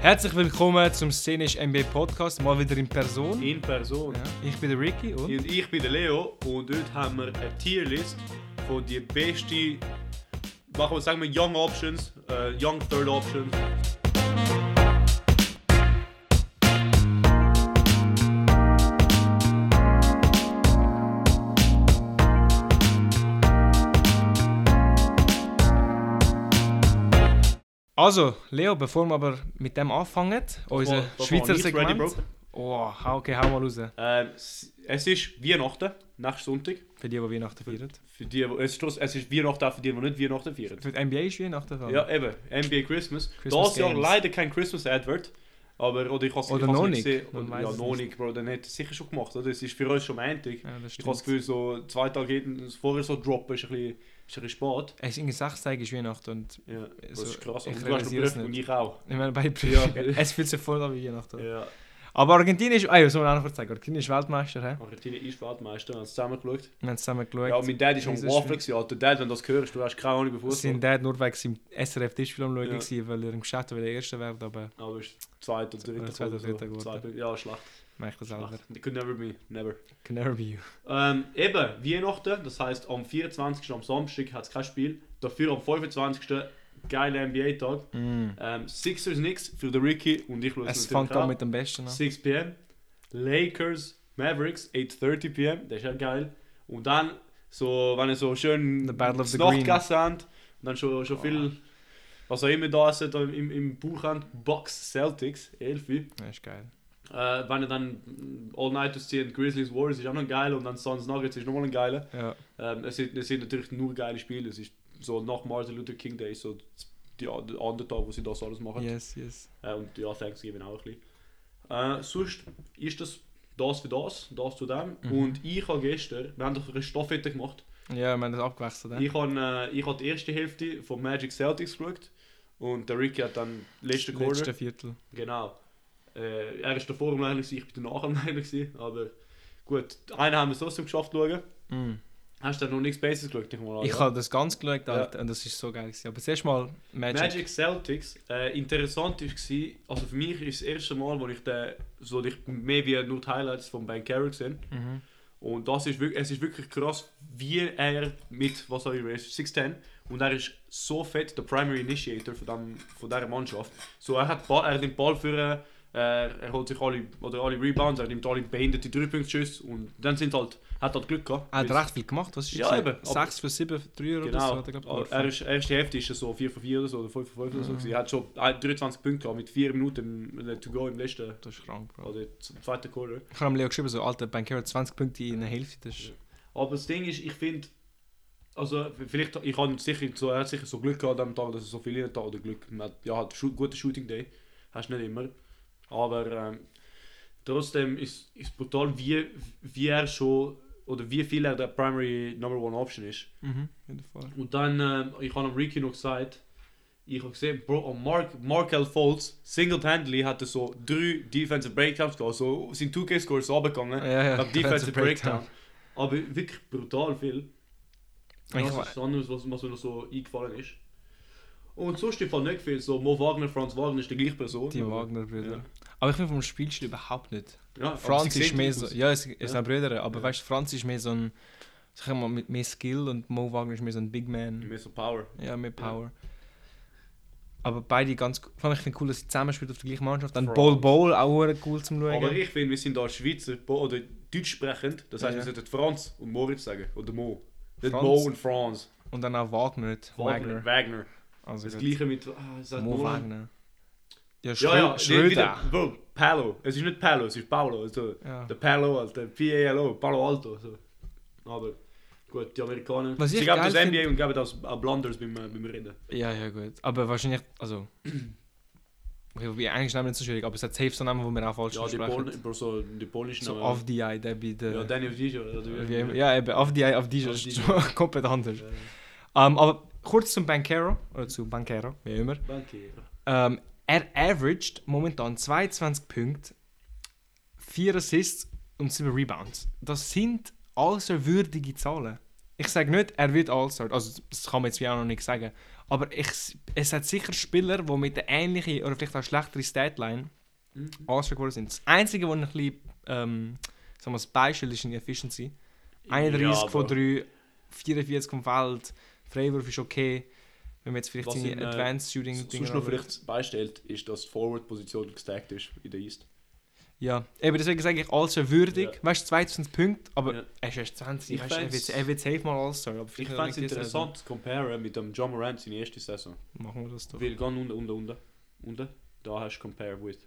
Herzlich willkommen zum Szenisch NBA Podcast, mal wieder in Person. In Person. Ja, ich bin der Ricky und Und ich bin der Leo und heute haben wir eine Tierlist von die besten, machen wir sagen wir Young Options, äh, Young Third Options. Also, Leo, bevor wir aber mit dem anfangen, unser Bevor- bevor Schweizer ich ready, Segment. Bro. Oh, hau- okay, hau mal raus. Für Ähm, s- es ist Weihnachten, nächsten Sonntag. die, die Weihnachten feiern. Für die, wo- es ist, trotz- es ist Weihnachten auch für die, die nicht Weihnachten feiern. Für die NBA ist Weihnachten dran. Ja, eben, NBA Christmas. Christmas das Jahr Games. leider kein Christmas Advert. Aber, oder ich habe Oder ich hab's noch nicht. gesehen. Man Oder, weiß ja, es noch nicht. nicht, Bro. Dann hätte es sicher schon gemacht, oder? Es ist für uns schon Montag. Ja, das Ich habe das stimmt. Gefühl, so zwei Tage hinten, vorher so droppen, ist ein bisschen, ist ein bisschen spät. Es ist irgendwie sechs Tage ist Weihnachten und Ja, das So, ist krass. ich Und du hast noch realisiere es Prüfung und nicht. ich auch. ich meine, beide Ja. Es fühlt sich voll an wie Weihnachten. Ja. Aber Argentinien ist... Ah ja, das muss man auch noch kurz sagen. Argentinien ist Weltmeister, hä? Argentinien ist Weltmeister, wir haben es zusammen geschaut. Wir haben zusammen geschaut. Ja, mein Dad ist schon Riesen Waffel, Alter. Dad, wenn du das hörst, du hast keine Ahnung, bevor es Sein Dad nur wegen seinem SRF-Tischspiel am Schauen, Ja. gewesen, weil er im Geschäft der Erste werden aber Aber es ist zweiter, dritter, Zweiter, oder so. dritter geworden. Zweiter- Ja, schlecht. merkt das selber. schlecht. They could never be, never. Can never be you. Ähm, eben, Weihnachten, das heisst am 24. am Samstag hat es kein Spiel. Dafür am 25. geiler NBA-Tag. Mm. Ähm, Sixers nix für den Ricky und ich schaue Es es fängt natürlich an auch. mit dem Besten an. 6 pm. Lakers, Mavericks, 8.30 pm. Das ist ja geil. Und dann, so, wenn ihr so schön The Battle of the Nachtgasse habt und dann schon, schon viel, was auch immer da ist, im, im Buch habt, Bucks Celtics, 11 Uhr. Ja, ist geil. Äh, wenn ihr dann All Night to See und Grizzlies Warriors ist auch noch geil und dann Suns Nuggets ist nochmal ein geiler. Ja. Ähm, es, sind, es sind natürlich nur geile Spiele. Es ist so nach Martin Luther King Day, so die, der andere Tag, wo sie das alles machen. Yes, yes. Äh, und ja, Thanksgiving auch ein bisschen. Äh, sonst ist das das für das, das zu dem. Mhm. Und ich habe gestern, wir haben doch eine Stoffhütte gemacht. Ja, wir haben das abgewechselt. ne? hä? Ich habe äh, ich hab die erste Hälfte von Magic Celtics geschaut. Und der Ricky hat dann letzte Quarter. Letzte Viertel. Genau. Äh, er ist davor am Lernen, gewesen, ich bin danach am Lernen. gewesen, Aber gut, einen haben wir trotzdem geschafft zu schauen. Mm. Hast du dann noch nichts Bases geschaut? Ich, mal an, Ich ja? habe das ganz geschaut, Ja. Alter, und das ist so geil. Gewesen. Aber zuerst mal Magic. Magic. Celtics, äh, interessant war, also für mich ist das erste Mal, wo ich, den, so, ich mehr wie nur die Highlights von Ben Carrick gesehen Mhm. Und das ist wirklich, es ist wirklich krass, wie er mit, was auch immer, er ist 6'10 und er ist so fett der Primary Initiator von, dem, von dieser Mannschaft. So, er, hat Ball, er nimmt Ball für, äh, er holt sich alle, oder alle Rebounds, er nimmt alle behinderte Dreipunktschüsse und dann sind halt, hat halt Glück gehabt. Er hat Weil- recht viel gemacht, was ist Ja, eben. Aber- 6 für 7 für 3 oder so Genau, hat er, glaub, aber geworfen. er ist, erste Hälfte ist er so 4 von 4 oder so, oder 5 von 5 oder Mhm. so. gewesen. Er hat schon ein- 23 Punkte gehabt mit 4 Minuten äh, to go im letzten, Das ist krank, Bro. oder zum zweiten Quarter. Ich habe Leo geschrieben, so, Alter, Ben Carroll 20 Punkte in einer Hälfte, das ist... Aber das Ding ist, ich finde, also vielleicht, ich habe sicher, so, er hat sicher so Glück gehabt am Tag, dass er so viel hat oder Glück, man hat, ja, hat schu guten Shooting Day, hast du nicht immer, aber ähm, trotzdem ist es brutal, wie, wie er schon, oder wie viel er der Primary Number One Option ist. Mhm, auf jeden Fall. Und dann, ähm, ich habe Ricky noch gesagt, ich habe gesehen, Bro, am Mark, Markel Fultz, single-handedly hat er so drei Defensive Breakdowns gehabt, so sind 2K-Scores runtergegangen, Ja, ja, beim Defensive Breakdown. Aber wirklich brutal viel. Ich Das wa- ist das anderes, was, was mir noch so eingefallen ist. Und sonst im Fall nicht viel. So Mo Wagner, Franz Wagner ist die gleiche Person. Die aber- Wagner-Brüder. Ja. Aber ich finde vom Spielstil überhaupt nicht. Ja, aber Franz sie ist sehen mehr gleich so... aus. Ja, es, es Ja. sind Brüder, aber Ja. weißt du, Franz ist mehr so ein... Sag mal, mit mehr Skill und Mo Wagner ist mehr so ein Big Man. Mehr so Power. Ja, mehr Ja. Power. Aber beide ganz cool. Vor allem, ich finde cool, dass sie zusammenspielen auf der gleichen Mannschaft. Dann Vor Ball allem. Ball auch verdammt cool zum Schauen. Aber ich finde, wir sind da Schweizer Bo- oder Deutsch sprechend. Das heißt, Ja. wir sollten Franz und Moritz sagen. Oder Mo. Nicht Franz. Mo und Franz. Und dann auch Wagner. nicht Wagner. Wagner. Wagner. Also Das gut. gleiche mit. Ah, es hat Mo Mo- Wagner. Ja, Schrö Ja, ja, nee, wieder. Schröder. Bro, Palo. Es ist nicht Palo, es ist Paolo. Also, Ja. Der Palo, Alter. P-A-L-O, Palo Alto. So. Aber gut, die Amerikaner. Was sie ich geben geil das NBA find- und geben das an Blunders beim, äh, beim Reden. Ja, ja, gut. Aber wahrscheinlich, also... Okay, wobei, eigentlich ist es nicht so schwierig, aber es hat safe so Namen, wo wir auch falsch Ja, die, sprechen. Pol Bro, so, die polnischen. So aber- auf die Eye, der bei der... ja, Daniel Vision. Oder wie immer. ja, eben, auf die Eye, auf die Auf ist die- schon komplett anders. Ja. Ähm, aber kurz zum Banquero, oder zu Banquero, wie immer. Bankier. Ähm, er averaged momentan 22 Punkte, 4 Assists und 7 Rebounds. Das sind also würdige Zahlen. Ich sage nicht, er wird All-Star. Also, das kann man jetzt wie auch noch nicht sagen. Aber ich, es hat sicher Spieler, die mit der ähnlichen oder vielleicht auch schlechteren Statline Mhm. All-Star geworden sind. Das Einzige, wo ich ein bisschen, ähm, sagen wir, das Beispiel ist in Efficiency. 31 Ja, von aber 3, 44 vom Feld, Freiwurf ist okay. Wenn man jetzt vielleicht Was seine in, äh, Advanced Shooting Sonst noch vielleicht beistellt, ist, dass die Forward-Position gestackt ist in der East. Ja, eben deswegen sage ich All-Star würdig. Ja. Weißt du, 22 Punkte, aber Ja. er ist erst 20. Ich Weißt, du, er, fänd's- wird, er wird safe mal All-Star. aber Ich vielleicht fände es nicht diese Saison. interessant zu comparen mit dem John Morant seine erste Saison. Machen wir das doch. Weil ganz unten, unten, unten, unten, da hast du compare with.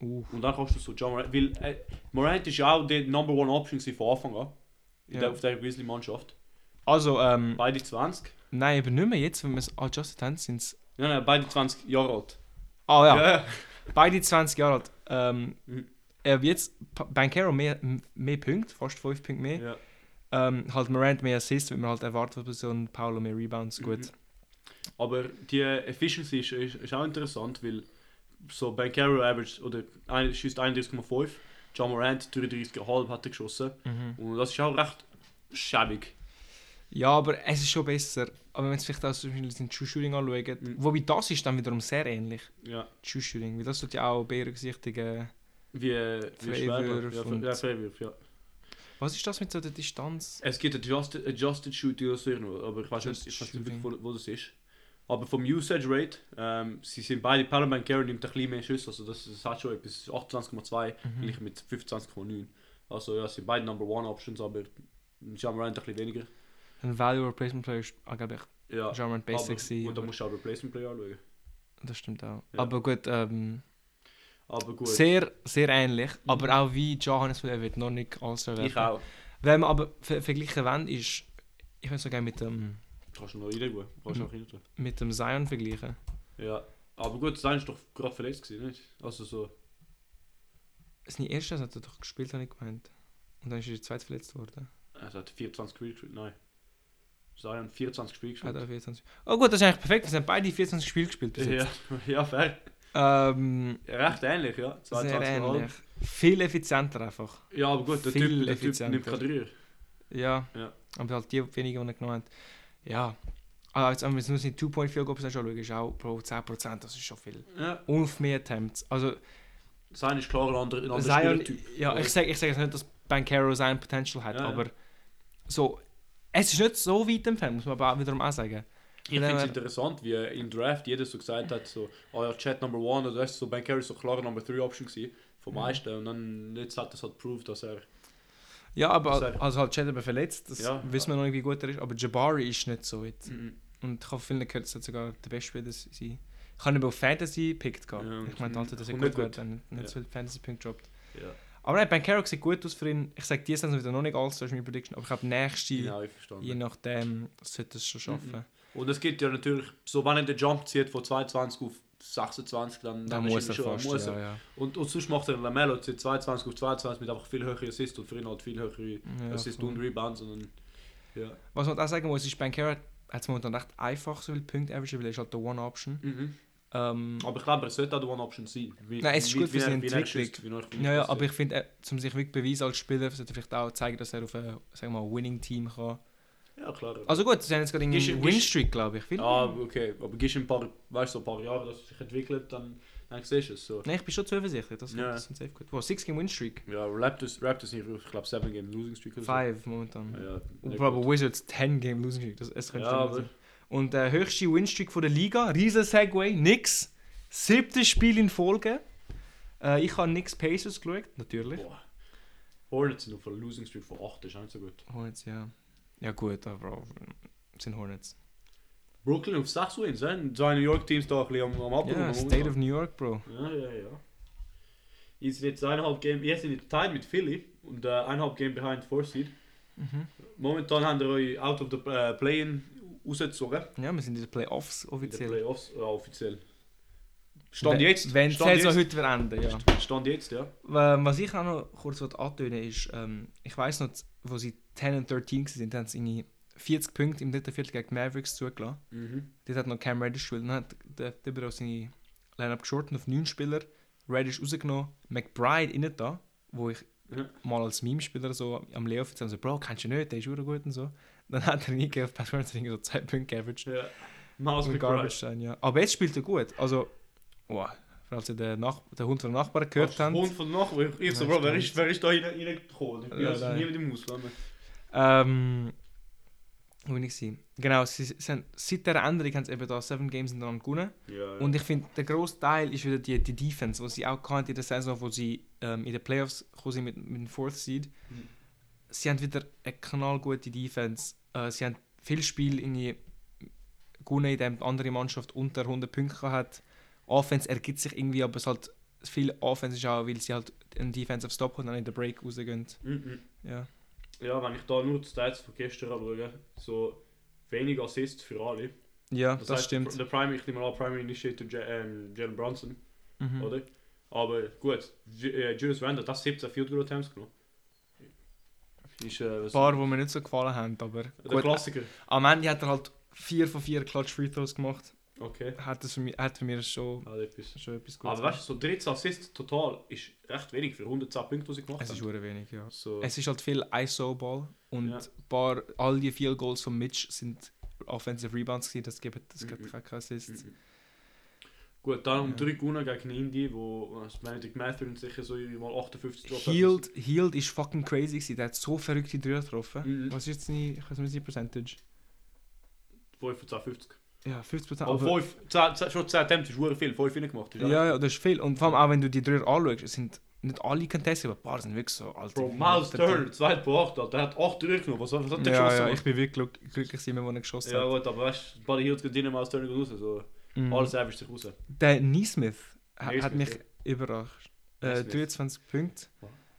Uh, Und dann kannst du so John Morant, weil äh, Morant ist ja auch die Number One Option gewesen von Anfang an. In Ja. der, auf der Grizzly-Mannschaft. Also, ähm, Beide 20. nein, eben nicht mehr jetzt, wenn wir es adjusted haben, sind es. Nein, nein, beide 20 Jahre alt. Ah ja, ja. beide 20 Jahre alt. Ähm, Mhm. Er wird jetzt Pa- Bankero mehr, m- mehr Punkte, fast 5 Punkte mehr. ja. Ähm, halt Morant mehr Assists, weil man halt erwartet, dass so ein Paolo mehr Rebounds. Gut. Mhm. Aber die Efficiency ist, ist, ist auch interessant, weil so Bankero average oder ein, schießt 31,5, John Morant 33,5 hat er geschossen. Mhm. Und das ist auch recht schäbig. Ja, aber es ist schon besser. Aber wenn wir jetzt vielleicht auch zum Beispiel den True-Shooting anschauen, Mhm. wobei das ist dann wiederum sehr ähnlich. Ja. True-Shooting, weil das tut ja auch berücksichtigen. Wie, äh, wie Freiwürfe Schwerwürfe. Ja, und- Fre- ja, Freiwürfe, ja. Was ist das mit so der Distanz? Es gibt Adjusted, adjusted Shooting oder so irgendwo, aber ich weiß nicht, ich weiß nicht wirklich, wo, wo das ist. Aber vom Usage Rate, ähm, sie sind beide, Paolo Bankero nimmt ein bisschen mehr Schüsse, also das, das hat schon etwas, 28,2 Mhm. gleich mit 25,9. Also ja, es sind beide Number One Options, aber John Morant ein bisschen weniger. Ein Value Replacement Player ist angeblich Ja, schon mal besser aber, gewesen. Gut, da aber- musst du auch Replacement Player anschauen. Das stimmt auch. Ja. Aber gut, ähm, Aber gut, Mhm. sehr, sehr ähnlich. Aber auch wie Johannes von wird noch nicht All-Star ich werden. auch. Wenn wir aber ver vergleichen wollen, ist, ich würde sogar mit dem, Kannst du noch reingehen, kannst du Mhm. noch reingehen. mit dem Zion vergleichen. Ja, aber gut, Sein ist doch gerade verletzt gewesen, nicht? Also so, Seine erste Saison hat er doch gespielt, habe ich gemeint. Und dann ist er zweit verletzt worden. er hat 24 Spiele gespielt, nein. Sein 24 Spiele Hat gespielt. auch 24. Oh gut, das ist eigentlich perfekt. Wir haben beide 24 Spiele gespielt bis jetzt. Ja, ja, fair. Ähm, Recht ähnlich, ja. sehr 22,5. ähnlich. Viel effizienter einfach. Ja, aber gut, der Viel Typ, der typ effizienter. nimmt keine Dreier. Ja. Ja. Aber halt die wenigen, die er genommen hat. Ja. Ah, jetzt haben wir jetzt nur seine 2.4-Gops anschauen, ist auch pro 10%, das ist schon viel. Ja, Und auf mehr Attempts. Also, sein ist klar ein anderer, ein anderer Zion, Spielertyp. ja, oder? ich sage ich sag jetzt nicht, dass Bankero sein Potential hat, Ja, ja. aber so, es ist nicht so weit entfernt, muss man aber auch wiederum auch sagen. Ich Wenn finde es er- interessant, wie im Draft jeder so gesagt hat, so, ah ja, Chat Number One oder das, so Ben Carey so klar Number 3 Option gewesen, vom Mhm. meisten. Und dann jetzt hat das halt proved, dass er. Ja, aber Sehr. also halt Chad eben verletzt, das Ja. wissen wir noch nicht, wie gut er ist, aber Jabari ist nicht so weit. Mhm. Und ich habe vielen gehört, dass er sogar der beste Spieler sein Ich habe ihn aber auf Fantasy gepickt. gehabt. Ja, ich meine, mhm. Alter, dass er Und gut nicht gut. wird, dann nicht Ja. so viele Fantasy-Punkte droppt. Ja, Aber nein, Ben Carroll sieht gut aus für ihn. Ich sage, die Saison wieder noch nicht alles, das ist meine Prediction. Aber ich glaube, nächste, genau, ich verstanden. je nachdem, sollte es schon schaffen. Mhm. Und es gibt ja natürlich, so wenn er den Jump zieht von 22 auf 26, dann, Da dann ist muss er schon- fast, muss er. ja, ja. Und, und sonst macht er Lamello, zieht 22 auf 22 mit einfach viel höheren Assists und für ihn halt viel höhere Ja, Assists voll. und Rebounds. Und dann, ja. Was man auch sagen muss, ist, Ben Carroll hat es momentan recht einfach, so viele Punkte average, weil er ist halt der One-Option. Ähm, mhm. Aber ich glaube, er sollte auch die One-Option sein. Wie, Nein, es ist wie- gut für wie er- seine wie er Entwicklung. schießt, wie er- wie ja, ja, er- aber ich finde, äh, um sich wirklich zu beweisen als Spieler, sollte er vielleicht auch zeigen, dass er auf ein sagen wir mal, Winning-Team kann. Ja, klar. ja. Also gut, sie haben jetzt gerade Ist- einen ist- Win-Streak, glaube ich. Viel- Ah, okay. Aber gibst ihm ein paar, weißt du, ein paar Jahre, dass es sich entwickelt, dann, dann siehst du es so. Nein, ich bin schon zuversichtlich, das, Ja. das sind safe gut. Wow, 6-Game-Win-Streak. Ja, Raptors, Raptors sind, ich glaube, 7 Game Losing Streak oder so. 5 momentan. Ja, ja, Und nicht Bro, aber gut. Wizards 10 Game Losing Streak, das, es könnte ja, schon aber sein. Und der höchste Winstreak von der Liga, riesen Segway, nix. Siebtes Spiel in Folge. Äh, ich habe nix Pacers geschaut, natürlich. Boah. Hornets sind auf einer Losing Streak dus von 8, das ist auch nicht so gut. Hornets, ja. Ja gut, aber es sind Hornets. Brooklyn auf 6 Wins, eh? zwei New York Teams da ein bisschen am, am Ja, Abrunden. State of New York, Bro. Ja, ja, ja. Ihr sind jetzt eineinhalb Game, ihr seid jetzt tied mit Philly und äh, eineinhalb Game behind Four Seed. Mhm. Momentan habt ihr euch out of the äh, Play-In rausgezogen. Ja, wir sind in den Playoffs In den offiziell. Playoffs, ja, offiziell. Stand Wenn- jetzt. Wenn die Stand Saison jetzt. heute wird enden, ja. Stand jetzt, ja. Ähm, Was ich auch noch kurz wollte antönen ist, ähm, ich weiß noch, wo sie 10 und 13 waren, haben sie ihre 40 Punkte im dritten Viertel gegen die Mavericks zugelassen. Mhm. Dort hat noch Cam Reddish gespielt. Dann hat der Dibber auch seine Line-Up geschorten auf 9 Spieler. Reddish rausgenommen. McBride innen da, wo ich Ja. mal als Meme-Spieler so am Layoff jetzt so, Bro, kennst du nicht, der ist verdammt gut und so. Dann hat er nie auf Pass so 2 Punkte averaged. Ja. Miles Und McBride. Garbage Time, ja. Aber jetzt spielt er gut. Also, wow. Falls ihr den, Nach den Hund von den Nachbarn Als gehört habt. Hund von der Nachbar. Ich so, Nein, Bro, wer stimmt. ist, wer ist da rein- reingekommen? Ich bin Ja, also nein. niemand im Haus. warte mal. Ähm, wo war ich gewesen? Genau, sie, sie haben, seit der Änderung haben sie eben da 7 Games hintereinander gewonnen. Ja, Und ich finde, der grosse Teil ist wieder die, die Defense, die sie auch hatten in der Saison, wo sie ähm, in den Playoffs gekommen sind mit, mit dem Fourth Seed. Mhm. Sie haben wieder eine knallgute Defense. Äh, sie haben viel Spiel in die gewonnen, in dem die andere Mannschaft unter 100 Punkte hat. Offense ergibt sich irgendwie, aber es halt viel Offense ist auch, weil sie halt einen Defensive Stop und dann in den Break rausgehen. Mhm. Ja. ja, wenn ich da nur die Stats von gestern anschaue, so wenig Assists für alle. Ja, das, heisst, stimmt. Der Primary, ich nehme an, Primary Initiator Ja- ähm, Jalen Brunson, Mhm. oder? Aber gut, J- äh, Julius Randle hat das 17 Field Goal Attempts genommen. Ist äh, Ein was- paar, die mir nicht so gefallen haben, aber der gut. Klassiker. Am Ende hat er halt 4 von 4 Clutch Free Throws gemacht. Okay. Hat das für mich, hat für mich schon, Also etwas. schon etwas Gutes Aber weißt du, so 13 Assists total ist recht wenig für 110 Punkte, die sie gemacht es ist haben. hure wenig, ja. So, Es ist halt viel ISO-Ball und Ja. paar, all die vier Goals von Mitch sind Offensive Rebounds gewesen, das gibt das gibt Mhm. keine Assists. Mhm. Gut, dann um Ja. 3 gewonnen gegen Indy, wo das Benedict Mathurin sicher so ihre mal 58 getroffen hat. Healed, Healed ist fucking crazy gewesen, der hat so verrückte Dreier getroffen. Mhm. Was ist jetzt seine, ich weiß nicht, seine Percentage? 5 von 10, 50. Ja, 50%. Aber aber- 5, 10, 10, schon 10 Attempts ist hure viel, 5 reingemacht. ist Ja, ja, das ist viel. Und vor allem auch, wenn du die Dreier anschaust, es sind nicht alle Contested, aber ein paar sind wirklich so alt. Bro, Miles Turner, 2 von 8, Alter. Der hat 8 durchgenommen. Was, was hat der Ja, geschossen? ja, Mann? ich bin wirklich glück- glücklich, gewesen, wenn er geschossen ja hat. gut, aber weißt du, Buddy Hills geht rein, Miles Turner geht raus. So. Mhm. Alles average sich raus. Der Neesmith ha- hat Naismith, mich ja. überrascht. Äh, Naismith. 23 Punkte.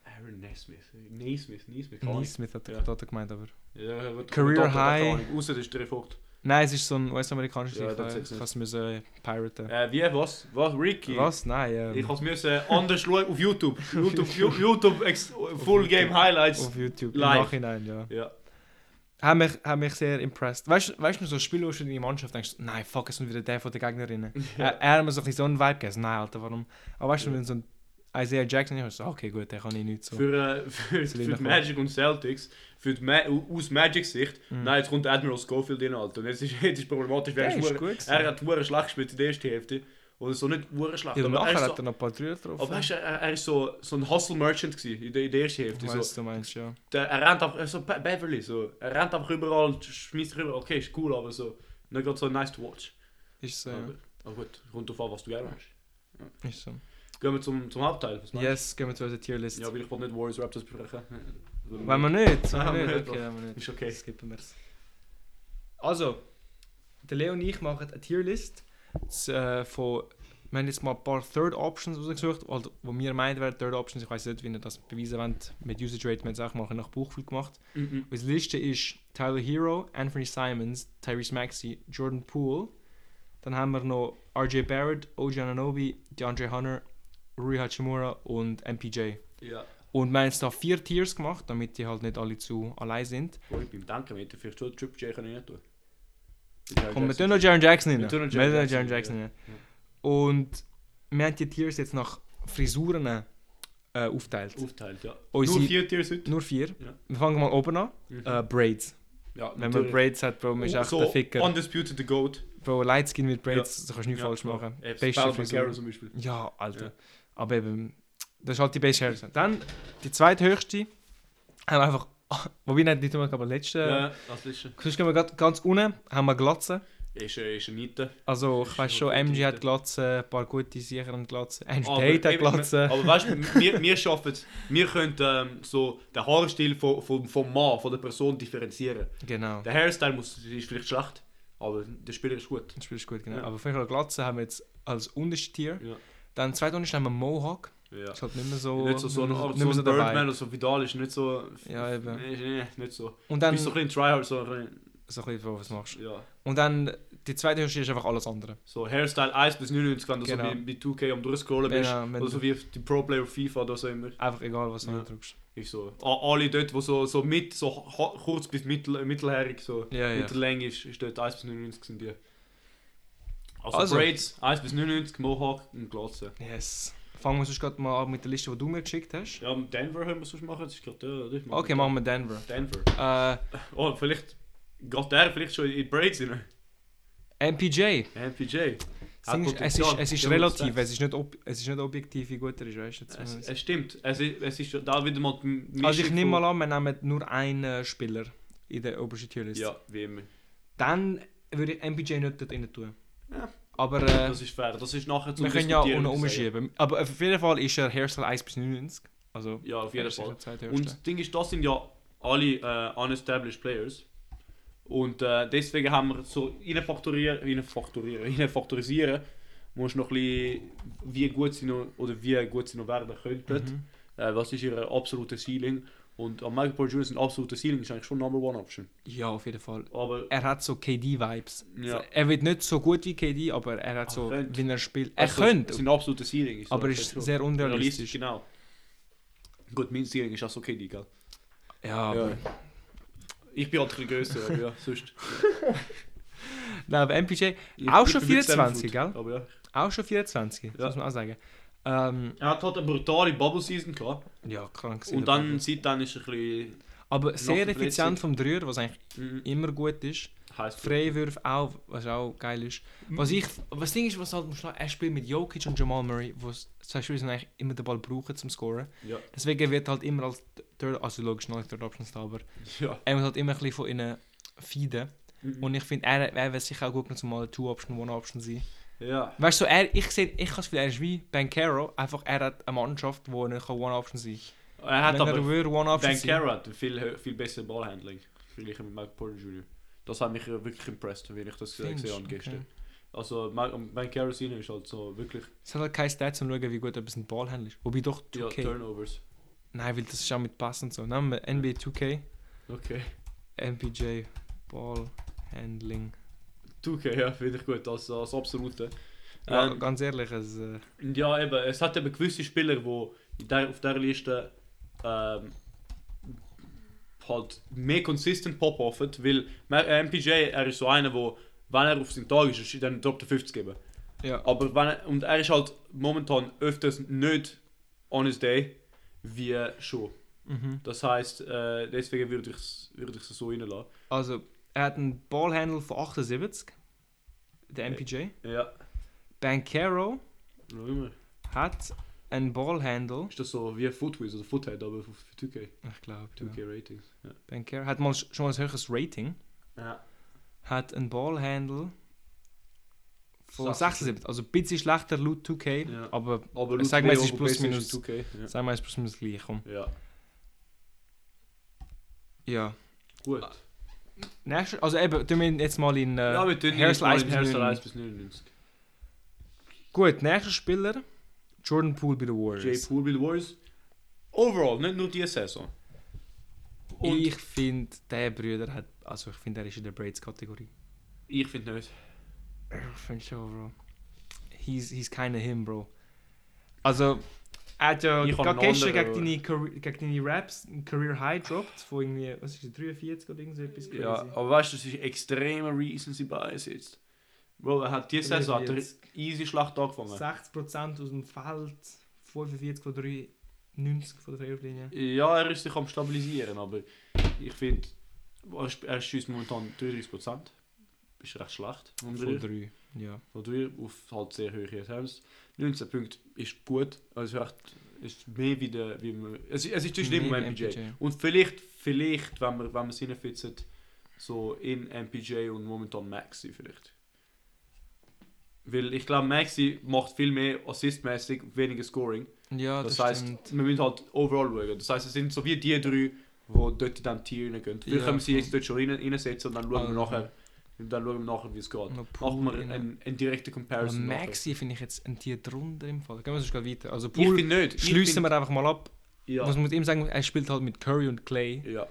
Aaron Naismith. Naismith, Naismith. keine Ahnung. Neesmith hat er Ja. gerade gemeint, aber. Ja, wird- Career wird- wird- High. keine Ahnung. Außer das ist der Vogt. Nein, es ist so ein US-amerikanischer Ja, ja, Ich das kann ist ich kann es müssen äh, piraten. Äh, wie, was? Was, Ricky? Was? Nein, ähm, Ich muss müssen anders schauen auf YouTube. YouTube, Ju- YouTube ex, Full Game Highlights. auf YouTube. live. Im Nachhinein, ja. Ja. Haben mich, haben mich sehr impressed. Weißt du, weißt du, so Spiele, wo du in die Mannschaft denkst, nein, fuck, es sind wieder der von den Gegnerinnen. Er, er hat mir so ein bisschen so einen Vibe gegeben. Nein, Alter, warum? Aber weißt du, Ja. wenn so ein Isaiah Jackson ist, so, okay, gut, der kann ich nicht so. Für, äh, für, Sie für liegen die Magic und Celtics, für die Ma aus Magic-Sicht, Mhm. nein, jetzt kommt Admiral Schofield rein, Alter. Und jetzt ist, jetzt ist problematisch, der weil ist er, gut. ist gewesen. er hat hure schlecht gespielt in der ersten Hälfte. Oder so nicht hure schlecht, ja, aber aber nachher er ist hat so, er noch ein paar Trüger drauf. aber weißt, du, er, er ist so, so ein Hustle-Merchant gewesen in der, in der ersten ich Hälfte. So, weiß, du meinst, ja. der, er rennt einfach, so Be- Beverly, so. Er rennt einfach überall, schmeißt sich überall, okay, ist cool, aber so, nicht gerade so nice to watch. Ist so, ja. Aber, aber gut, kommt drauf an, was du gerne hast. Ist so. Gehen wir zum, zum Hauptteil. Was meinst Yes, gehen wir zu unserer Tierlist. du? Ja, weil ich wollte nicht Warriors Raptors Ah, besprechen. Wollen wir nicht? Nein, Wollen wir nicht? wir nicht. Okay, wollen wir nicht. Ist okay. Skippen wir es. Also, der Leo und ich machen eine Tierlist das, äh, von. Wir haben jetzt mal ein paar Third Options rausgesucht, also, wo wir meinen, wären Third Options. Ich weiß nicht, wie ihr das beweisen wollt. Mit Usage Rate haben wir es auch mal nach Buchfühl gemacht. Mhm. Unsere Liste ist Tyler Hero, Anthony Simons, Tyrese Maxey, Jordan Poole. Dann haben wir noch RJ Barrett, OG Ananobi, DeAndre Hunter, Rui Hachimura und MPJ. Ja. Und wir haben jetzt da vier Tiers gemacht, damit die halt nicht alle zu allein sind. Wo ich beim Denken hätte ich vielleicht schon Triple J können rein tun. Komm, wir tun noch Jaron Jackson rein. Wir Wir tun tun noch noch Jaren Jaron Jackson Jackson rein. Und wir haben die Tiers jetzt nach Frisuren äh, aufteilt. Aufteilt, ja. Unsere- Nur vier Tiers heute. Nur vier. Ja. Wir fangen mal oben an. Mhm. Äh, Braids. ja, Wenn man Braids hat, Bro, man ist Oh, echt der Ficker. Undisputed the Goat. Bro, Lightskin mit Braids, das kannst du nicht Ja, falsch klar. machen. Äh, Beste Spell Vaccaro Frisur. zum Beispiel. Ja, Alter. Ja. Aber eben, das ist halt die beste Hairstyle. Dann die zweithöchste. Haben wir einfach, wobei nicht, nicht nur, aber letzte. Ja, das ist er. Sonst gehen wir grad ganz unten, haben wir Glatze. Ist er ist er nicht. da. Also Ist ich weiß schon schon, gut MG dort. hat Glatze, ein paar gute sicher haben Glatze. Andrew Aber Tate hat eben, wir- Glatze. Aber weißt du, wir, wir schaffen es. Wir können ähm, so den Haarstil vom, vom, vom Mann, von der Person differenzieren. Genau. Der Hairstyle muss, ist vielleicht schlecht, aber der Spieler ist gut. Das Spiel ist gut, genau. Ja. Aber auf jeden Fall Glatze haben wir jetzt als unterste Tier. Ja. Dann zweitunterst haben wir Mohawk. Ja. Ist halt nicht mehr so, nicht so, so ein, nicht mehr Art- nicht so mehr so ein dabei. Birdman oder so Vidal ist nicht so. Ja, eben. Nee, nee, nicht so. Und dann, Bist so ein bisschen Tryhard, so ein so ein bisschen, Bro, was du machst. bisschen, ja. Und dann die zweite Hürste ist einfach alles andere. So Hairstyle 1 bis 99, wenn du Genau. so wie bei 2K am durchscrollen bist. Genau, wenn Oder so du, wie auf die Pro Player FIFA oder so immer. einfach egal, was du Ja. ja. drückst. Ist so. A- Alle dort, wo so, so mit, so ha- kurz bis mittel, mittelhärig, so Ja, ja. mittellänge ist, ist dort 1 bis 99 sind die. Also, Also. Braids, 1 bis 99, Mohawk und Glatze. Yes. Fangen wir sonst gerade mal an mit der Liste, die du mir geschickt hast. Ja, Denver können wir sonst machen, das ist gerade der, oder? Ich mach Okay, mit machen wir Denver. Denver. Äh, Oh, vielleicht Geht der vielleicht schon in die Braids rein? MPJ. MPJ. Das Ding ist, es ist, es ist relativ, es ist, nicht ob, es ist nicht objektiv, wie gut er ist, weißt du? jetzt Es, muss man- es stimmt. Es ist, es ist da wieder mal die Mischung Also ich nehme von- mal an, wir nehmen nur einen äh, Spieler in der obersten Tierliste. Ja, wie immer. Dann würde ich MPJ nicht dort rein tun. Ja. Aber äh, Das ist fair. Das ist nachher zum wir können ja Diskutieren, ohne würde ich sagen. umschieben. Aber auf jeden Fall ist er Hairstyle 1 bis 99. Also Ja, auf er jeden ist Fall. sicher zweithöchste. Und das Ding ist, das sind ja alle äh, unestablished Players. Und äh, deswegen haben wir so reinfaktorieren, reinfaktorieren, reinfaktorisieren, musst noch ein bisschen, wie gut sie noch, oder wie gut sie noch werden könnten. Mhm. Äh, was ist ihr absolutes Ceiling? Und am Michael Porter Jr. sein absolutes Ceiling ist eigentlich schon Number One Option. Ja, auf jeden Fall. Aber Er hat so KD-Vibes. Ja. Also, Er wird nicht so gut wie KD, aber er hat Er so, könnte. wie er spielt. Er also, könnte, Sein absolutes Ceiling ist. aber ja, ist schon sehr unrealistisch. Genau. Gut, mein Ceiling ist auch okay, die, gell? Ja, Ja. aber- Ich bin halt ein bisschen grösser, aber ja, sonst. Nein, aber MPJ, Ich- Auch ich schon bin 24, wirklich seven foot, gell? Aber ja. auch schon 24, das Ja. muss man auch sagen. Ähm, Er hat halt eine brutale Bubble Season gehabt. ja, krank gewesen, Und der dann Bubble. seitdem ist er ein Aber sehr der effizient vom Dreier, was eigentlich bisschen. immer gut ist. mm, Heißt Freiwürf auch, was auch geil ist. Was ich, was Ding ist, was halt, musst du noch- er spielt mit Jokic und Jamal Murray, wo es- zwei Spieler sind eigentlich immer den Ball brauchen zum Scoren. Ja. Deswegen wird halt immer als Third, also logisch noch nicht Third Option Star, aber ja. er muss halt immer ein bisschen von ihnen feeden. Mm, Und ich finde, er, er wäre sicher auch gut, genug, um mal eine Two Option, One Option zu sein. ja. Weißt du, so, er, ich sehe, ich kann es er ist wie Bankero, einfach er hat eine Mannschaft, die nicht One Option sein kann. Er hat Wenn er aber. würde One Option sein. Bankera hat ein viel, hö- viel besseres Ballhandling. Verglichen mit Mike Porter Jr. Das hat mich äh, wirklich impressed, wenn ich das äh, Findest gesehen habe du? gestern. Also, Ma- um Bankera Senior ist halt so wirklich. Es hat halt keine Stats, um zu schauen, wie gut etwas ein Ball handelt. Wobei doch 2K. Ja, Turnovers. Nein, weil das ist auch mit Pass und so. Nehmen wir NBA 2K, Okay. MPJ, Ball, Handling. 2K, ja, finde ich gut, als, als absolute. Ja, Ähm, ganz ehrlich, es, äh, Und Ja, eben, es hat eben gewisse Spieler, die in der, auf dieser Liste ähm, halt mehr consistent pop-offen, weil Ma- äh, MPJ, er ist so einer, wo wenn er auf seinen Tag ist, ist dann droppt er 50 geben. ja. Aber wenn er, und er ist halt momentan öfters nicht on his day, wie schon. Mhm. Das heißt, äh, deswegen würde ich es würde ich's so reinlassen. Also, er hat einen Ballhandle von 78, der Ja. MPJ. Ja, Bankero noch immer. hat einen Ballhandle, Ist das so wie Footwiz oder Foothead, aber für für 2K, ich glaube, ja. 2K Ratings. Ja. Bankero hat mal, sch- schon mal ein höheres Rating. ja. hat einen Ballhandle von 76. 76, also ein bisschen schlechter laut 2K, Ja. aber Aber Ich sag mal, es Leo, ist wo plus besser minus- 2K. Ja. sagen wir, es ist bestimmt das gleiche. Komm. Ja, Ja. gut. Nächster, also eben, tun wir ihn jetzt mal in äh, ja, wir tun jetzt Hairstyle mal in 1 bis Hairstyle 9. 1 bis 99. Gut, nächster Spieler, Jordan Poole bei den Jay Warriors. Poole bei den Warriors. Overall, nicht nur diese Saison. Und ich, Ich finde, der Brüder hat, also ich finde, er ist in der Braids-Kategorie. ich finde nicht. Ich finde schon, Bro. He's, he's kinda him, Bro. Also, er hat ja Ich hab gerade einen gestern gegen anderen- deine, Carre- gegen deine Raps einen Career-High dropped, von irgendwie, was ist es, 43 oder irgend so etwas Ja, crazy. aber weißt du, das ist extremer Recency Bias jetzt. Bro, er hat diese also Saison hat er 43. easy Schlacht angefangen. 60% aus dem Feld, 45 von 3, 90 von der Dreierlinie. Ja, er ist sich am Stabilisieren, aber ich finde, er sp- er schießt momentan 33%. Ist recht schlecht. vom Dreier. 3, ja. Von drei auf halt sehr hohe Attempts. 19 Punkte ist gut, also echt, ist mehr wie der, wie man, es, es ist zwischen dem Mehr und wie MPJ. MPJ. Und vielleicht, vielleicht, wenn wir, wenn wir es hineinfitzen, so in MPJ und momentan Maxi vielleicht. Weil ich glaube, Maxi macht viel mehr assistmäßig, weniger Scoring. Ja, das das, heißt, stimmt. wir müssen halt overall schauen. Das heißt, es sind so wie die drei, die dort in diesem Tier reingehen. Vielleicht Ja, können wir sie voll. jetzt dort schon rein, reinsetzen und dann schauen, wir Also. nachher, dann schauen wir nachher, wie es geht. Noch Machen wir Poole rein. einen, einen direkten Aber Comparison. nachher. Maxi finde ich jetzt ein Tier drunter im Fall. Gehen wir sonst gerade weiter. Also Ich Pool bin nicht. Ich schliessen bin, wir einfach mal ab. Ja. Was muss ich ihm sagen, er spielt halt mit Curry und Clay. ja.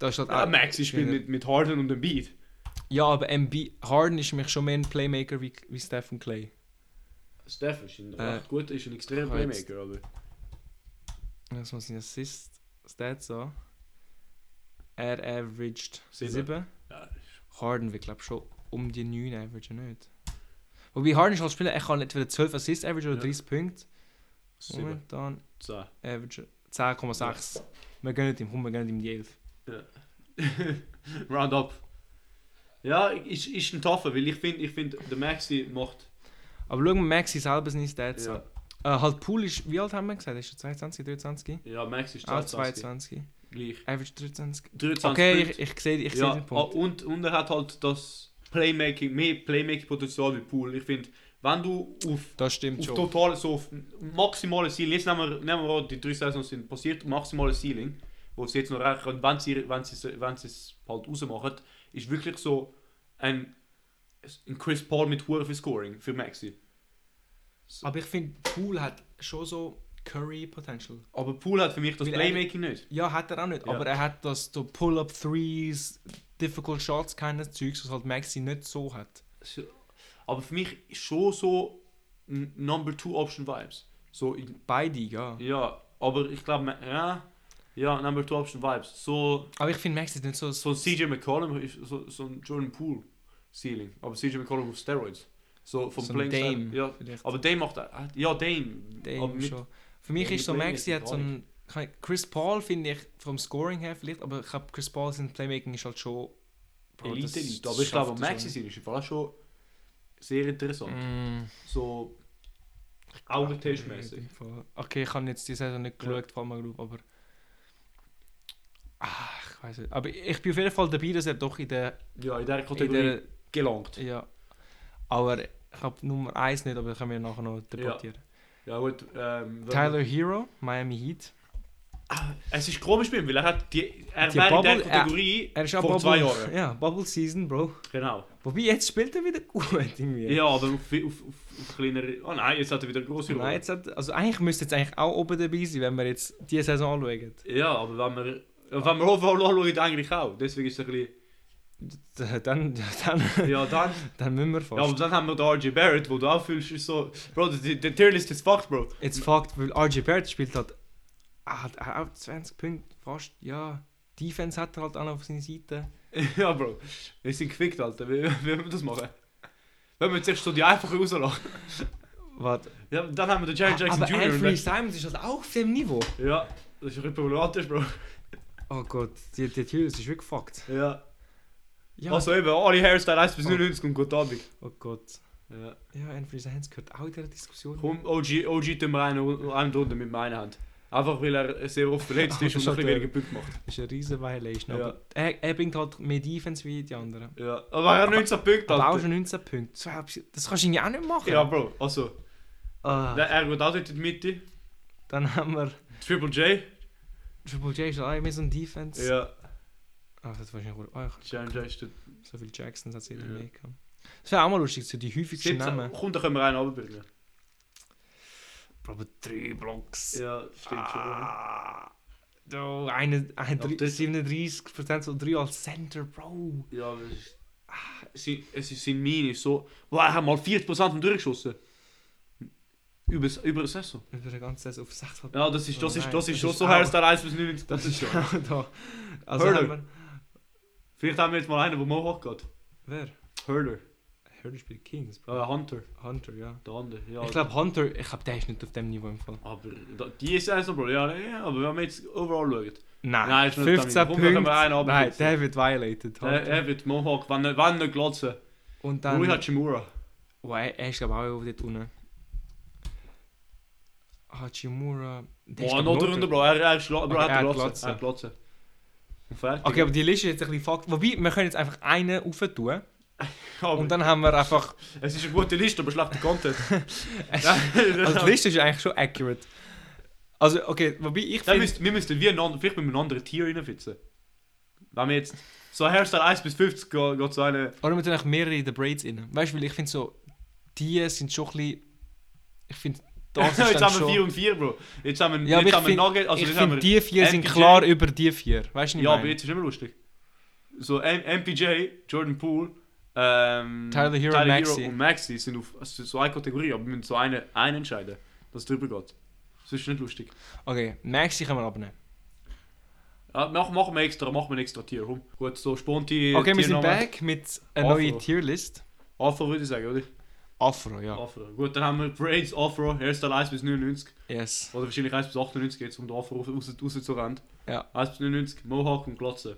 Da ist halt Ah, auch- Maxi spielt mit, mit Harden und dem Beat. Ja, aber MB Harden ist für mich schon mehr ein Playmaker wie, wie Stephen Clay. Steph ist ein Äh, recht gut, ist ein extremer ich kann jetzt- Playmaker, aber. Jetzt muss ich Assist Stats an. Er averaged Sieben. 7. Ja, Harden wird glaube schon um die 9 average nicht. Wobei Harden ist als Spieler, er kann entweder 12 Assists average oder Ja. 30 Punkte. sieben, Momentan zehn. average 10,6. Wir gönnen ihm, komm, wir gönnen ihm die 11. Round up. Ja, ist, ist ein taffe, weil ich finde, ich find, der Maxi macht. Aber schauen wir Maxi selber seine Stats Ja, an. Äh, halt Pool ist, wie alt haben wir gesagt? Ist er 22, 23? ja Maxi ist Ah, Äh, 22. 22. Gleich. Average 23. 23 Okay, Punkte. ich, ich sehe ich seh ja, den ah, Punkt. Und, und er hat halt das Playmaking, mehr Playmaking-Potenzial wie Pool. Ich finde, wenn du auf, Das stimmt auf schon. total, so auf maximale Ceiling, jetzt nehmen wir, nehmen wir an, die drei Saisons sind passiert, maximale Ceiling, wo sie jetzt noch reichen können, wenn sie, wenn sie, wenn sie es halt rausmachen, ist wirklich so ein, ein Chris Paul mit Hure für Scoring für Maxi. Aber ich finde, Pool hat schon so Curry-Potential. Aber Pool hat für mich das Weil er- Playmaking nicht. Ja, hat er auch nicht, Ja. aber er hat das so Pull-Up-Threes, Difficult Shots, keines Zeugs, was halt Maxi nicht so hat. So- Aber für mich schon so n- Number Two Option Vibes. So, ich- Beide, ja. ja, aber ich glaube, ja, ja, Number Two Option Vibes. So, Aber ich finde, Maxi ist nicht so... so ein CJ McCollum ist so, so ein Jordan Poole Ceiling. Aber CJ McCollum auf Steroids. So vom So ein Playing Dame Style. Ja, vielleicht. aber Dame macht er. Ja, Dame. Dame aber mit- schon. Für mich Ja, ist so, mit Maxi Playmaking hat so ein... kein- Chris Paul finde ich vom Scoring her vielleicht, aber ich glaube, Chris Paul sein Playmaking ist halt schon... Bro, das- Elite, Elite. das Aber ich schafft glaube, er Maxi schon. Ceiling ist im Fall auch schon sehr interessant. Mm. So Augentestmäßig. Im Fall. Okay, ich habe jetzt die Saison nicht Ja. geschaut, vor allem, aber. Ah, ich weiß nicht. Aber ich bin auf jeden Fall dabei, dass er doch in der. Ja, in dieser In Kategorie der gelangt. ja. Aber ich habe Nummer 1 nicht, aber das können wir nachher noch debattieren. Ja gut, ähm, wenn- Tyler Hero, Miami Heat. Es ist komisch bei ihm, weil er hat die, er Die wäre in Bubble- der Kategorie Er ist auch vor Bubble, zwei Jahren. Ja, Bubble Season, Bro. Genau. Wobei, jetzt spielt er wieder gut irgendwie. Ja, aber auf, auf, auf, auf kleinere... Oh nein, jetzt hat er wieder eine grosse Rolle. Nein, jetzt hat, also eigentlich müsste jetzt eigentlich auch oben dabei sein, wenn wir jetzt diese Saison anschauen. Ja, aber wenn wir... ja, Wenn wir overall anschauen, eigentlich auch. Deswegen ist es ein bisschen... D- Dann, dann, Ja, dann... dann müssen wir ja, fast. aber dann haben wir den RJ Barrett, wo du auch fühlst, ist so... Bro, die, die Tierlist ist fucked, Bro. Jetzt fragt, weil RJ Barrett spielt hat, hat er auch 20 Punkte, fast, ja. Defense hat er halt auch noch auf seiner Seite. ja, Bro. Wir sind gefickt, Alter. Wie, wie wollen wir das machen? Wenn wir zuerst so die einfache rauslassen. Warte. Ja, dann haben wir den Jerry Jackson ne? Aber Jr. und Anthony dann- Simons ist halt auch auf dem Niveau. Ja, das ist ein bisschen problematisch, Bro. Oh Gott, die, die Tür ist wirklich fucked. Ja. Ja. Also eben, alle Hairstyle 1 bis Oh. 99 und guten Abend. Oh Gott. Ja. Ja, Anthony Simons gehört auch in dieser Diskussion. Komm, OG, OG tun wir einen, einen drunter mit meiner Hand. Einfach weil er sehr oft verletzt Ah, ist das und ein hat bisschen er. weniger Punkte macht. Das ist eine riesen Violation. Ja. Aber er, er bringt halt mehr Defense wie die anderen. Ja. Aber er hat 19 Punkte, Aber auch Alter. schon 19 Punkte. So, Das kannst du irgendwie auch nicht machen. halt Ja, Bro, also. Ah, der- Er geht auch dort in die Mitte. dann haben wir Triple J. Triple J, ist halt auch mehr so ein Defense. Ja. Ah, das ist wahrscheinlich gut. Oh, ich Jaren J ist dort. So viel Jacksons hat es jeder Ja. mehr gehabt. Das wäre auch mal lustig, so die häufigsten 17. Namen. Komm, da können wir einen runterbringen. Oh, Aber drei Blocks. Ja, stimmt schon. ah, oh, eine, eine Aber drei- das- 37% so drei als Center, Bro. Ja, aber es ist. Ah, sie- Es ist sein Mini so. Wow, er hat mal 40% durchgeschossen. Über, über eine Saison. Über die ganze Saison auf 6 Ja, das ist, das Oh ist, nein, das das ist schon ist so auch- Hairstyle 1 bis 99. Das ist auch da. Also Hurler. haben wir, Vielleicht haben wir jetzt mal einen, der Mohawk hat. wer? Hurler. Hurler spielt Kings, Bro. Äh, Hunter. Hunter, ja. Der andere, ja. Ich glaube, Hunter, ich glaube, der ist nicht auf dem Niveau im Fall. aber da, die ist also, Bro. Ja, ja, aber wenn wir jetzt overall schauen. Nein, Nein, ist nicht auf dem 15 Niveau. Komm, wir Punkte. können wir einen Nein, abkürzen. der wird violated. Er, Hunter. er wird Mohawk, wenn er, wenn er glotzen. Und dann. Rui Hachimura. Oh, er, er ist glaube auch dort unten. Hachimura. der ist, Boah, glaub, noch noch drunter, Bro. Er, er, schla- Okay, bro, er er hat hat glotzen. glotzen. Er hat glotzen. Und fertig. Okay, aber die Liste ist jetzt ein bisschen fucked. Wobei, wir können jetzt einfach einen rauf tun. Oh, aber Und dann haben wir einfach... es ist eine gute Liste, aber schlechter Content. Also die Liste ist eigentlich schon accurate. Also, okay, wobei ich Dann finde... müsst, wir müssten wie ein, and- vielleicht mit einem anderen Tier reinfitzen. Wenn wir jetzt so Hairstyle 1 bis 50 geht, geht so eine. Oder wir tun eigentlich mehrere in den Braids rein. Weißt du, weil ich finde so... Die sind schon ein bisschen... Ich finde, das ist jetzt dann haben wir schon... 4 und 4, Bro. Jetzt haben wir, Ja, aber jetzt ich haben wir find- Nugget, also ich jetzt haben finde, die wir vier sind MPJ. klar über die vier. Weißt du, was ich Ja, aber meine? jetzt ist nicht mehr lustig. So, M MPJ, Jordan Poole, ähm, Tyler Hero und Maxi. und Maxi sind auf also so eine Kategorie, aber wir müssen so einen, einen entscheiden, dass es drüber geht. Das ist nicht lustig. Okay, Maxi können wir abnehmen. Ja, machen, machen wir extra, machen wir ein extra Tier. Komm. Gut, so sponti. Okay, wir sind Tiernamen. back mit einer Afro. neuen Tierlist. Afro würde ich sagen, oder? Afro, ja. Afro. Gut, dann haben wir Braids, Afro, Hairstyle 1 bis 99. Yes. Oder wahrscheinlich 1 bis 98 jetzt, um den Afro raus, raus, raus zu rennen. Ja. 1 bis 99, Mohawk und Glatze.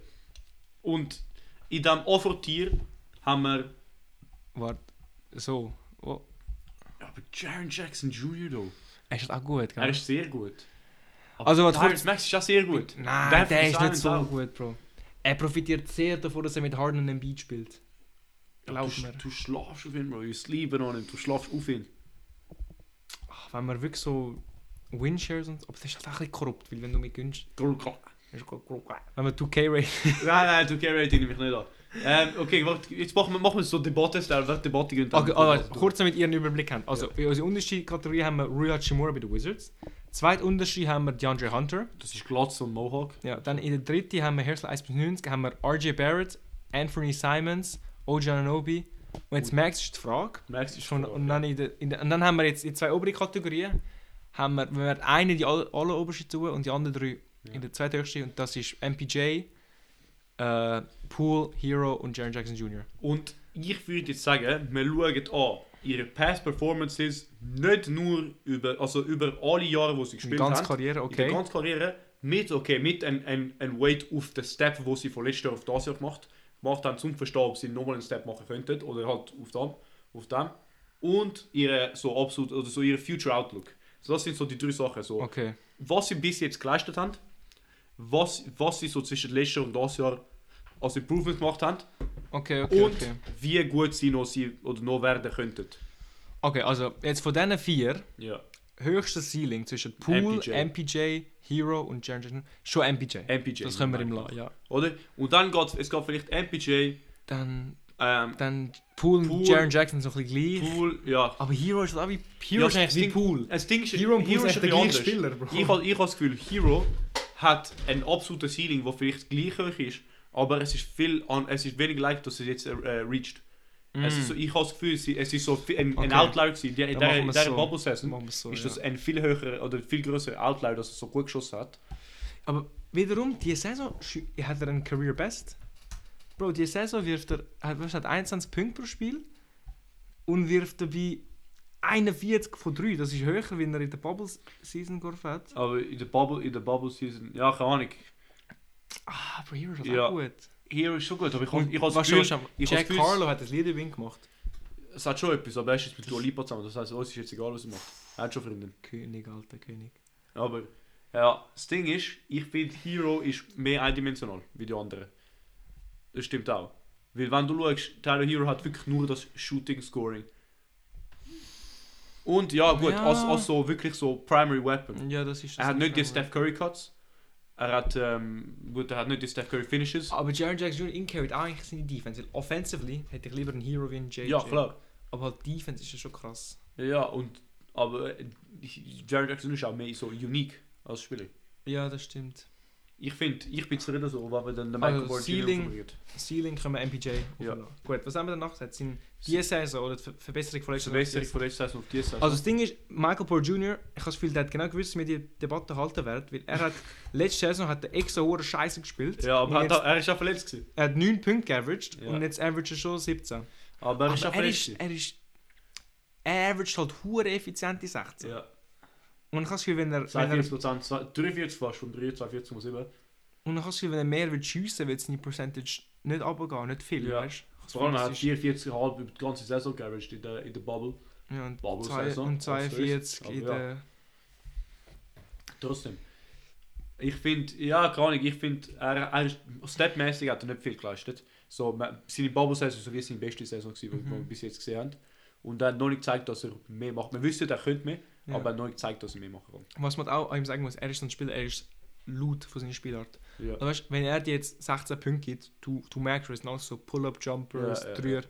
Und in diesem Afro-Tier haben wir. Warte, so. Oh. Ja, aber Jaron Jackson Jr. though. Er ist auch gut, Er gell? ist sehr gut. Aber Also, was Tyrese kurz- Maxey ist auch sehr gut. Nein, Der der, von ist Silence nicht so auch. gut, Bro. Er profitiert sehr davon, dass er mit Harden einen Beat spielt. Glaub du, sch- mir. Du schlafst auf ihn, Bro. Ich liebe noch nicht. Du schlafst auf ihn. Ach, wenn man wirklich so Winshares und so, aber das ist halt auch ein bisschen korrupt, weil wenn du mit Günst... Grrr, grrr. Wenn man 2K rate... nein, nein, du carry dich nämlich nicht an. Ähm, okay, warte, jetzt machen wir, machen wir so Debatte, stellen, wer die Debatte gehen. Okay, also, kurz damit ihr einen Überblick habt. Also, in unserer untersten Kategorie haben wir Rui Hachimura bei den Wizards. Zweit unterste haben wir DeAndre Hunter. Das ist Glatz und Mohawk. Ja, dann in der dritten haben wir Herschel 1.90, haben wir RJ Barrett, Anthony Simons, OJ Anobi. Und jetzt Max ist die Frage. Merkst du Schon, schon? und, dann in der, in der, und dann haben wir jetzt in zwei oberen Kategorien, haben wir, wenn wir eine die alle, alle obersten tun und die anderen drei Ja. in der zweithöchsten und das ist MPJ, äh, Poole, Hero und Jaron Jackson Jr. Und ich würde jetzt sagen, wir schauen an ihre Past Performances nicht nur über, also über alle Jahre, wo sie Die gespielt ganze haben. Karriere, In der okay. ganzen Karriere mit, okay, mit ein, ein, ein Weight auf den Step, wo sie von letztes Jahr auf das Jahr gemacht gemacht haben, zum Verstehen, ob sie nochmal einen Step machen könnten oder halt auf dem, auf dem. Und ihre so absolut, oder so ihre Future Outlook. So, das sind so die drei Sachen. So, Okay. was sie bis jetzt geleistet haben, was, was sie so zwischen letztes Jahr und das Jahr als Improvement gemacht haben Okay, okay, und okay. wie gut sie noch, sie, oder noch werden könnten. Okay, also jetzt von diesen vier, Ja. höchstes Ceiling zwischen Poole, MPJ. MPJ, Hero und Jaron Jackson, schon MPJ. MPJ. Das können wir ihm lassen, ja. Oder? Und dann geht es geht vielleicht MPJ, Dann, ähm, dann Poole, Poole. und Jaron Jackson so ein bisschen gleich. Pool, ja. Aber Hero ist auch wie, Hero ist eigentlich wie Ding- Poole. Das Ding ist, Hero und Poole ist sind der ein bisschen gleiche anders. Spieler, Bro. Ich habe ich hab das Gefühl, Hero hat ein absolutes Ceiling, das vielleicht gleich hoch ist, aber es ist viel an, es ist wenig leicht, dass es jetzt äh, reached. also Es Mm. ist so, ich habe das Gefühl, sie- es ist so viel- ein, ein Okay. Outlier gewesen. In der, in Dann der, machen in wir's der so. Bubble Season Machen wir es so, ist ja. das ein viel höherer oder viel größerer Outlier, dass es so gut geschossen hat. Aber wiederum, die Saison schü- hat er einen Career Best. Bro, die Saison wirft er, hat, was hat 21 Punkte pro Spiel und wirft dabei 41 von 3. Das ist höher, wenn er in der Bubble Season geworfen hat. Aber in der Bubble, in der Bubble Season, ja, keine Ahnung. Ah, Bro, Hero ist das Ja. auch gut. Hero ist schon gut, aber ich habe Und ich hab das was Gefühl, schon- schon- ich hab Jack das Gefühl- Carlo hat das Lied Win gemacht. es hat schon etwas, aber er ist jetzt mit Dua Lipa zusammen. Das heißt, uns ist jetzt egal, was er macht. Er hat schon Freunde. König, alter König. Aber ja, das Ding ist, ich finde, Hero ist mehr eindimensional wie die anderen. Das stimmt auch. Weil wenn du schaust, Tyler Hero hat wirklich nur das Shooting-Scoring. Und ja, gut, Ja. als, als so wirklich so Primary Weapon. Ja, das ist das Er hat nicht die Problem. Steph Curry Cuts. Er hat, ähm, gut, er hat nicht die Steph Curry Finishes. Aber Jaron Jackson Jr. incarried auch eigentlich seine Defense. Weil offensively hätte ich lieber einen Hero wie einen JJ. Ja, klar. Aber halt Defense ist ja schon krass. Ja, und, aber äh, Jared Jackson ist auch mehr so unique als Spieler. Ja, das stimmt. Ich finde, ich bin zufrieden so, weil wir dann den Also, Michael Porter Jr. Ceiling- verliert. Ceiling können wir MPJ Ja. aufladen. Gut, was haben wir danach gesagt? Sind die Saison oder die Ver Verbesserung von Das ist die letzter Verbesserung Saison? von letzter Saison auf diese Saison. Also das Ding ist, Michael Porter Jr., ich habe das Gefühl, der hat genau gewusst, dass wir die Debatte halten werden, weil er hat, letzte Saison hat er extra hohe Scheiße gespielt. Ja, aber und hat, jetzt, er er ist auch verletzt gewesen. er hat 9 Punkte geaveraged Ja. und jetzt averaged er schon 17. Aber er Aber ist auch er verletzt ist, gewesen. er ist, er averaged halt hure effiziente 16. Ja, Und ich habe das Gefühl, wenn er, wenn er, 42 Prozent, 43 fast von 3, 42,7. und ich habe das Gefühl, wenn er mehr wird schiessen, wird seine Percentage nicht runtergehen, nicht viel, Ja. weißt du? Ich Vor allem habe das er hat Gefühl, 44,5 über die ganze Saison geaveraged in der, in der Bubble. das ist- ja, und Bubble zwei- Saison, und als Tourist. 42 in Aber ja. der... Trotzdem. Ich finde, ja, keine Ahnung, ich finde, er, er ist, stepmäßig hat er nicht viel geleistet. So, ma- seine Bubble-Saison war so wie seine beste Saison, gewesen, die wir Mhm. bis jetzt gesehen haben. Und er hat noch nicht gezeigt, dass er mehr macht. Wir wissen, er könnte mehr, Ja. aber er hat noch nicht gezeigt, dass er mehr machen kann. was man auch ihm sagen muss, er ist so ein Spieler, er ist laut von seiner Spielart. Ja. Also weißt, wenn er dir jetzt 16 Punkte gibt, du, du merkst, es sind alles so Pull-Up-Jumpers, Ja, ja, Dreier.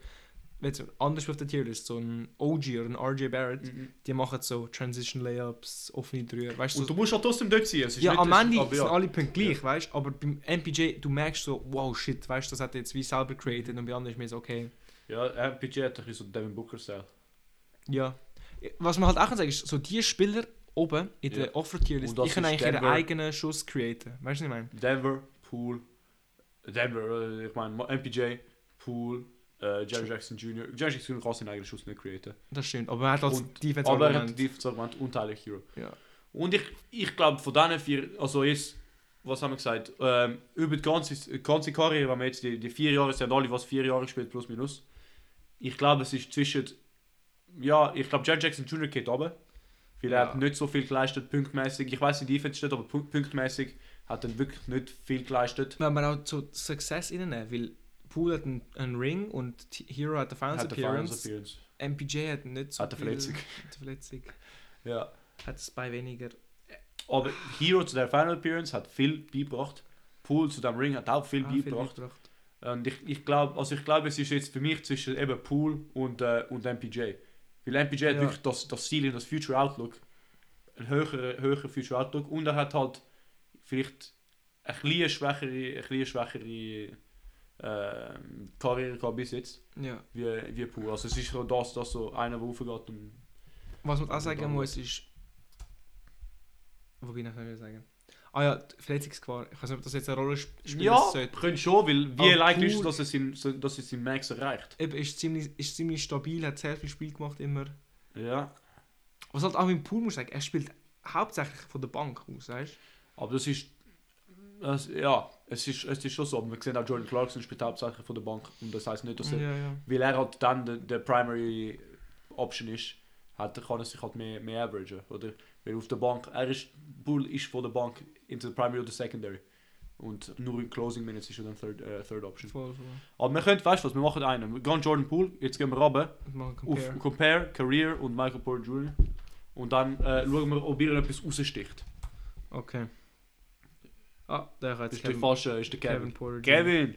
Wenn jetzt anders auf der Tierlist, so ein OG oder ein RJ Barrett, Mhm. die machen so Transition-Layups, offene Dreier, weißt du? Und du So, musst halt trotzdem dort sein. Es ist ja, nicht- am es- Ende aber sind ja. alle Punkte gleich, weißt du? Aber beim MPJ, du merkst so, wow, shit, weißt du, das hat er jetzt wie selber created und bei anderen ist mir so, okay. Ja, RPG hat ein bisschen so Devin Booker-Style. Ja. Was man halt auch kann sagen ist, so die Spieler oben in Ja. der Und Offer-Tierlist, das die können ist eigentlich ihren Denver. eigenen Schuss createn. Weißt du, was ich meine? Denver, Poole, Denver, äh, ich meine MPJ, Poole, äh, Jerry Jackson Jr. Jerry Jackson Jr. kann seinen eigenen Schuss nicht createn. Das stimmt, aber er hat halt als Und- Defense Aber er hat Argument. die Defense Argument und Tyler Hero. Ja. Und ich, ich glaube, von diesen vier, also jetzt was haben wir gesagt? Ähm, über die ganze, ganze Karriere, wenn wir jetzt die, die vier Jahre, sie haben alle was vier Jahre gespielt, plus minus. Ich glaube, es ist zwischen, ja, ich glaube, Jan Jackson Jr. geht runter. Weil er Ja. hat nicht so viel geleistet, punktmäßig. Ich weiß nicht, die Defense steht, aber punk- punktmäßig hat er wirklich nicht viel geleistet. Wenn man auch zu Success reinnehmen, weil Poole hat einen, einen Ring und T- Hero hat eine Finals Hat er Finals Appearance. Appearance. MPJ hat nicht so Hat eine viel- Verletzung. Hat eine Verletzung. Ja. Hat es bei weniger. Ah, Aber Hero zu der Final Appearance hat viel beigebracht. Pool zu dem Ring hat auch viel Ah, viel beigebracht. beigebracht. Und ich, ich glaube, also ich glaube, es ist jetzt für mich zwischen eben Pool und, äh, und MPJ. Weil MPJ hat Ja. wirklich das, das Ziel und das Future Outlook. Ein höherer, höherer Future Outlook. Und er hat halt vielleicht eine kleine schwächere, eine kleine schwächere ähm, Karriere gehabt bis jetzt, Ja. wie, wie Pool. Also es ist so das, dass so einer, der raufgeht und Was man auch Und dann- sagen muss, ist. Wobei, ich nicht sagen. Ah ja, die Verletzungsgefahr. Ich weiß nicht, ob das jetzt eine Rolle sp- spielen ja, sollte. könnte schon, weil wie Aber leicht ist es, Poole- dass es im, so- dass es im Max erreicht. Eben, ist ziemlich, ist ziemlich stabil, hat sehr viel Spiel gemacht immer. Ja. Was halt auch mit Pool muss ich sagen, er spielt hauptsächlich von der Bank aus, weißt du? Aber das ist. Das, ja, es ist, es ist schon so. Wir sehen auch Jordan Clarkson spielt hauptsächlich von der Bank. Und das heißt nicht, dass er. Ja, ja. Weil er halt dann der, der Primary Option ist, hat, kann er sich halt mehr, mehr averagen. Oder? Weil auf der Bank. Er ist. Bull ist von der Bank into the Primary oder Secondary. Und nur in Closing Minutes ist er dann Third, äh, third Option. Voll, voll. Aber wir können, weißt du was, wir machen einen. Wir gehen Jordan Poole, jetzt gehen wir runter Und machen auf Compare. Compare, Career und Michael Porter Jr. Und dann äh, schauen wir, ob ihr etwas raussticht. Okay. Ah, der hat jetzt Das ist der Kevin, falsche, ist der Kevin. Kevin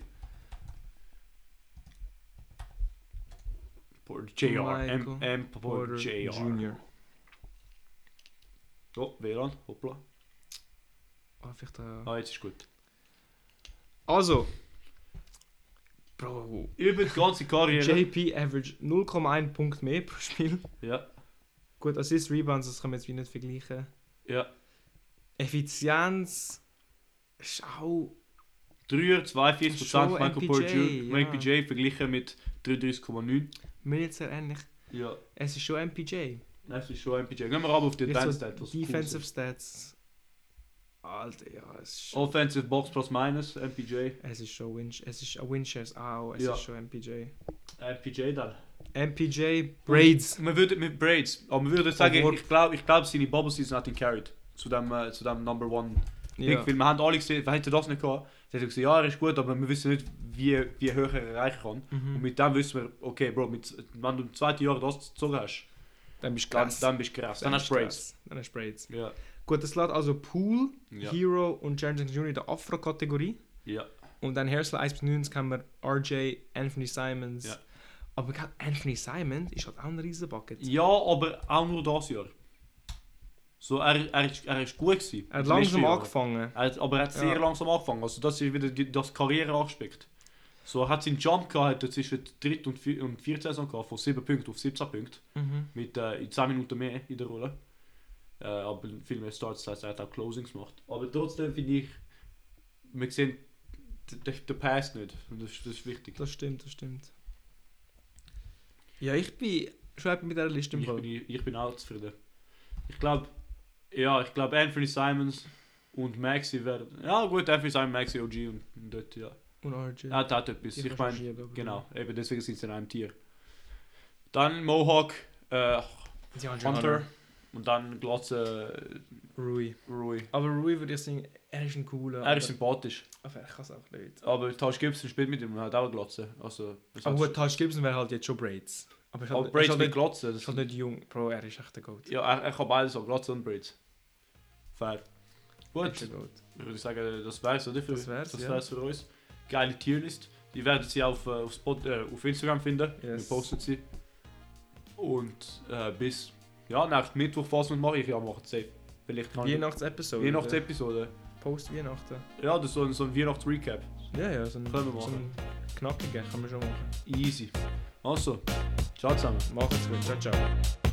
Porter. Jr. Kevin. Porter Jr. M, Michael M Porter Porter Jr. Jr. Oh, WLAN, hoppla. Ah, vielleicht, äh, Ah, jetzt ist gut. Also. Bro. Über die ganze Karriere. JP average 0,1 Punkt mehr pro Spiel. ja, Gut, Assist, Rebounds, das kann man jetzt wie nicht vergleichen. ja. Effizienz ist auch 3er, 42 Schon Michael MPJ, Porter Jr. ja. Mike PJ verglichen mit 33,9. mir jetzt sehr ähnlich. Ja. Es ist schon MPJ. Das ist schon MPJ. Gehen wir aber auf die Nicht so Advanced Stat, was cool Defensive ist. Stats. Alter, ja, es ist schon, Offensive Box plus minus, MPJ. es ist schon Win es ist ein Winchers auch, es Ja. ist schon MPJ. MPJ dann. MPJ Braids. Man würde mit Braids, Oh, aber man würde sagen, Award. ich glaube, ich glaub, seine Bubble Season hat ihn carried. Zu dem, äh, zu dem Number One Ja. Ja. Weil wir haben alle gesehen, wir hätten das nicht gehabt. Sie haben gesagt, ja, er ist gut, aber wir wissen nicht, wie, wie hoch er erreichen kann. Und Mhm. mit dem wissen wir, okay, Bro, mit, wenn du im zweiten Jahr das gezogen hast, Dann bist du dann, krass. dann bist du krass. Dann, hast bist du Braids. krass. Dann hast du Braids. Ja. Gut, das lädt also Pool, Ja. Hero und James Jackson Jr. in der Afro-Kategorie. ja. Und dann Hairstyle 1 bis 9 kann man RJ, Anthony Simons. Ja. Aber gerade Anthony Simons ist halt auch ein riesen Bucket. Ja, aber auch nur das Jahr. So, er, er, ist, er ist gut gewesen. Er hat Das letzte langsam Jahr. angefangen. Er hat, aber er hat sehr Ja. langsam angefangen. Also, das ist wieder die, das Karriereaspekt. So, er hat seinen Jump gehabt, er hat zwischen dritt und vier, und vier Saison gehabt, von 7 Punkten auf 17 Punkte. Mhm. mit äh, in 10 Minuten mehr in der Rolle. Äh, aber viel mehr Starts, das heißt, er hat auch Closings gemacht. Aber trotzdem finde ich, wir sehen d- d- den Pass nicht. Und das, ist- das ist wichtig. Das stimmt, das stimmt. Ja, ich bin schon happy mit dieser Liste im ich, Fall. bin, ich bin auch zufrieden. Ich glaube, ja, ich glaube, Anthony Simons und Maxi werden. Ja, gut, Anthony Simons, Maxi, OG und, und dort, ja. Und RJ. Er hat auch etwas. Die Ich kannst du meine, schieben, aber- genau, eben deswegen sind sie in einem Tier. Dann Mohawk, äh, Die Andre Hunter Hunter. und dann Glotze Rui. äh, Rui. Aber Rui würde ich sagen, er ist ein cooler. Er ist sympathisch. aber, aber ich kann es auch nicht. Aber Tosh Gibson spielt mit ihm und hat auch eine Glotze. Also, das Aber hat- Ah, gut, Taj Gibson wäre halt jetzt schon Braids. Aber ich aber halt, Oh, Braids ist mit halt, nicht, Glotze. Das ist halt nicht jung. Bro, er ist echt der Goat. ja, er, er kann beides, aber Glotze und Braids. Fair. Er Gut, ist der Goat. ich würde sagen, das wär's, oder? Für, Das wär's, das ja. wär's für uns. Geile Tierlist. Die werdet sie auf, äh, auf, Spot, äh, auf Instagram finden. Yes. Wir posten sie. Und äh, bis ja, nächsten Mittwoch, falls wir es machen, ich ja, machen es safe. Vielleicht kann ich. Weihnachtsepisode. Weihnachtsepisode. Post-Weihnachten. Ja, das ist so ein, so ein Weihnachts-Recap. Ja, ja, so ein, Können wir so ein knackiger kann man schon machen. Easy. Also, ciao zusammen. Macht's gut, ciao, ciao.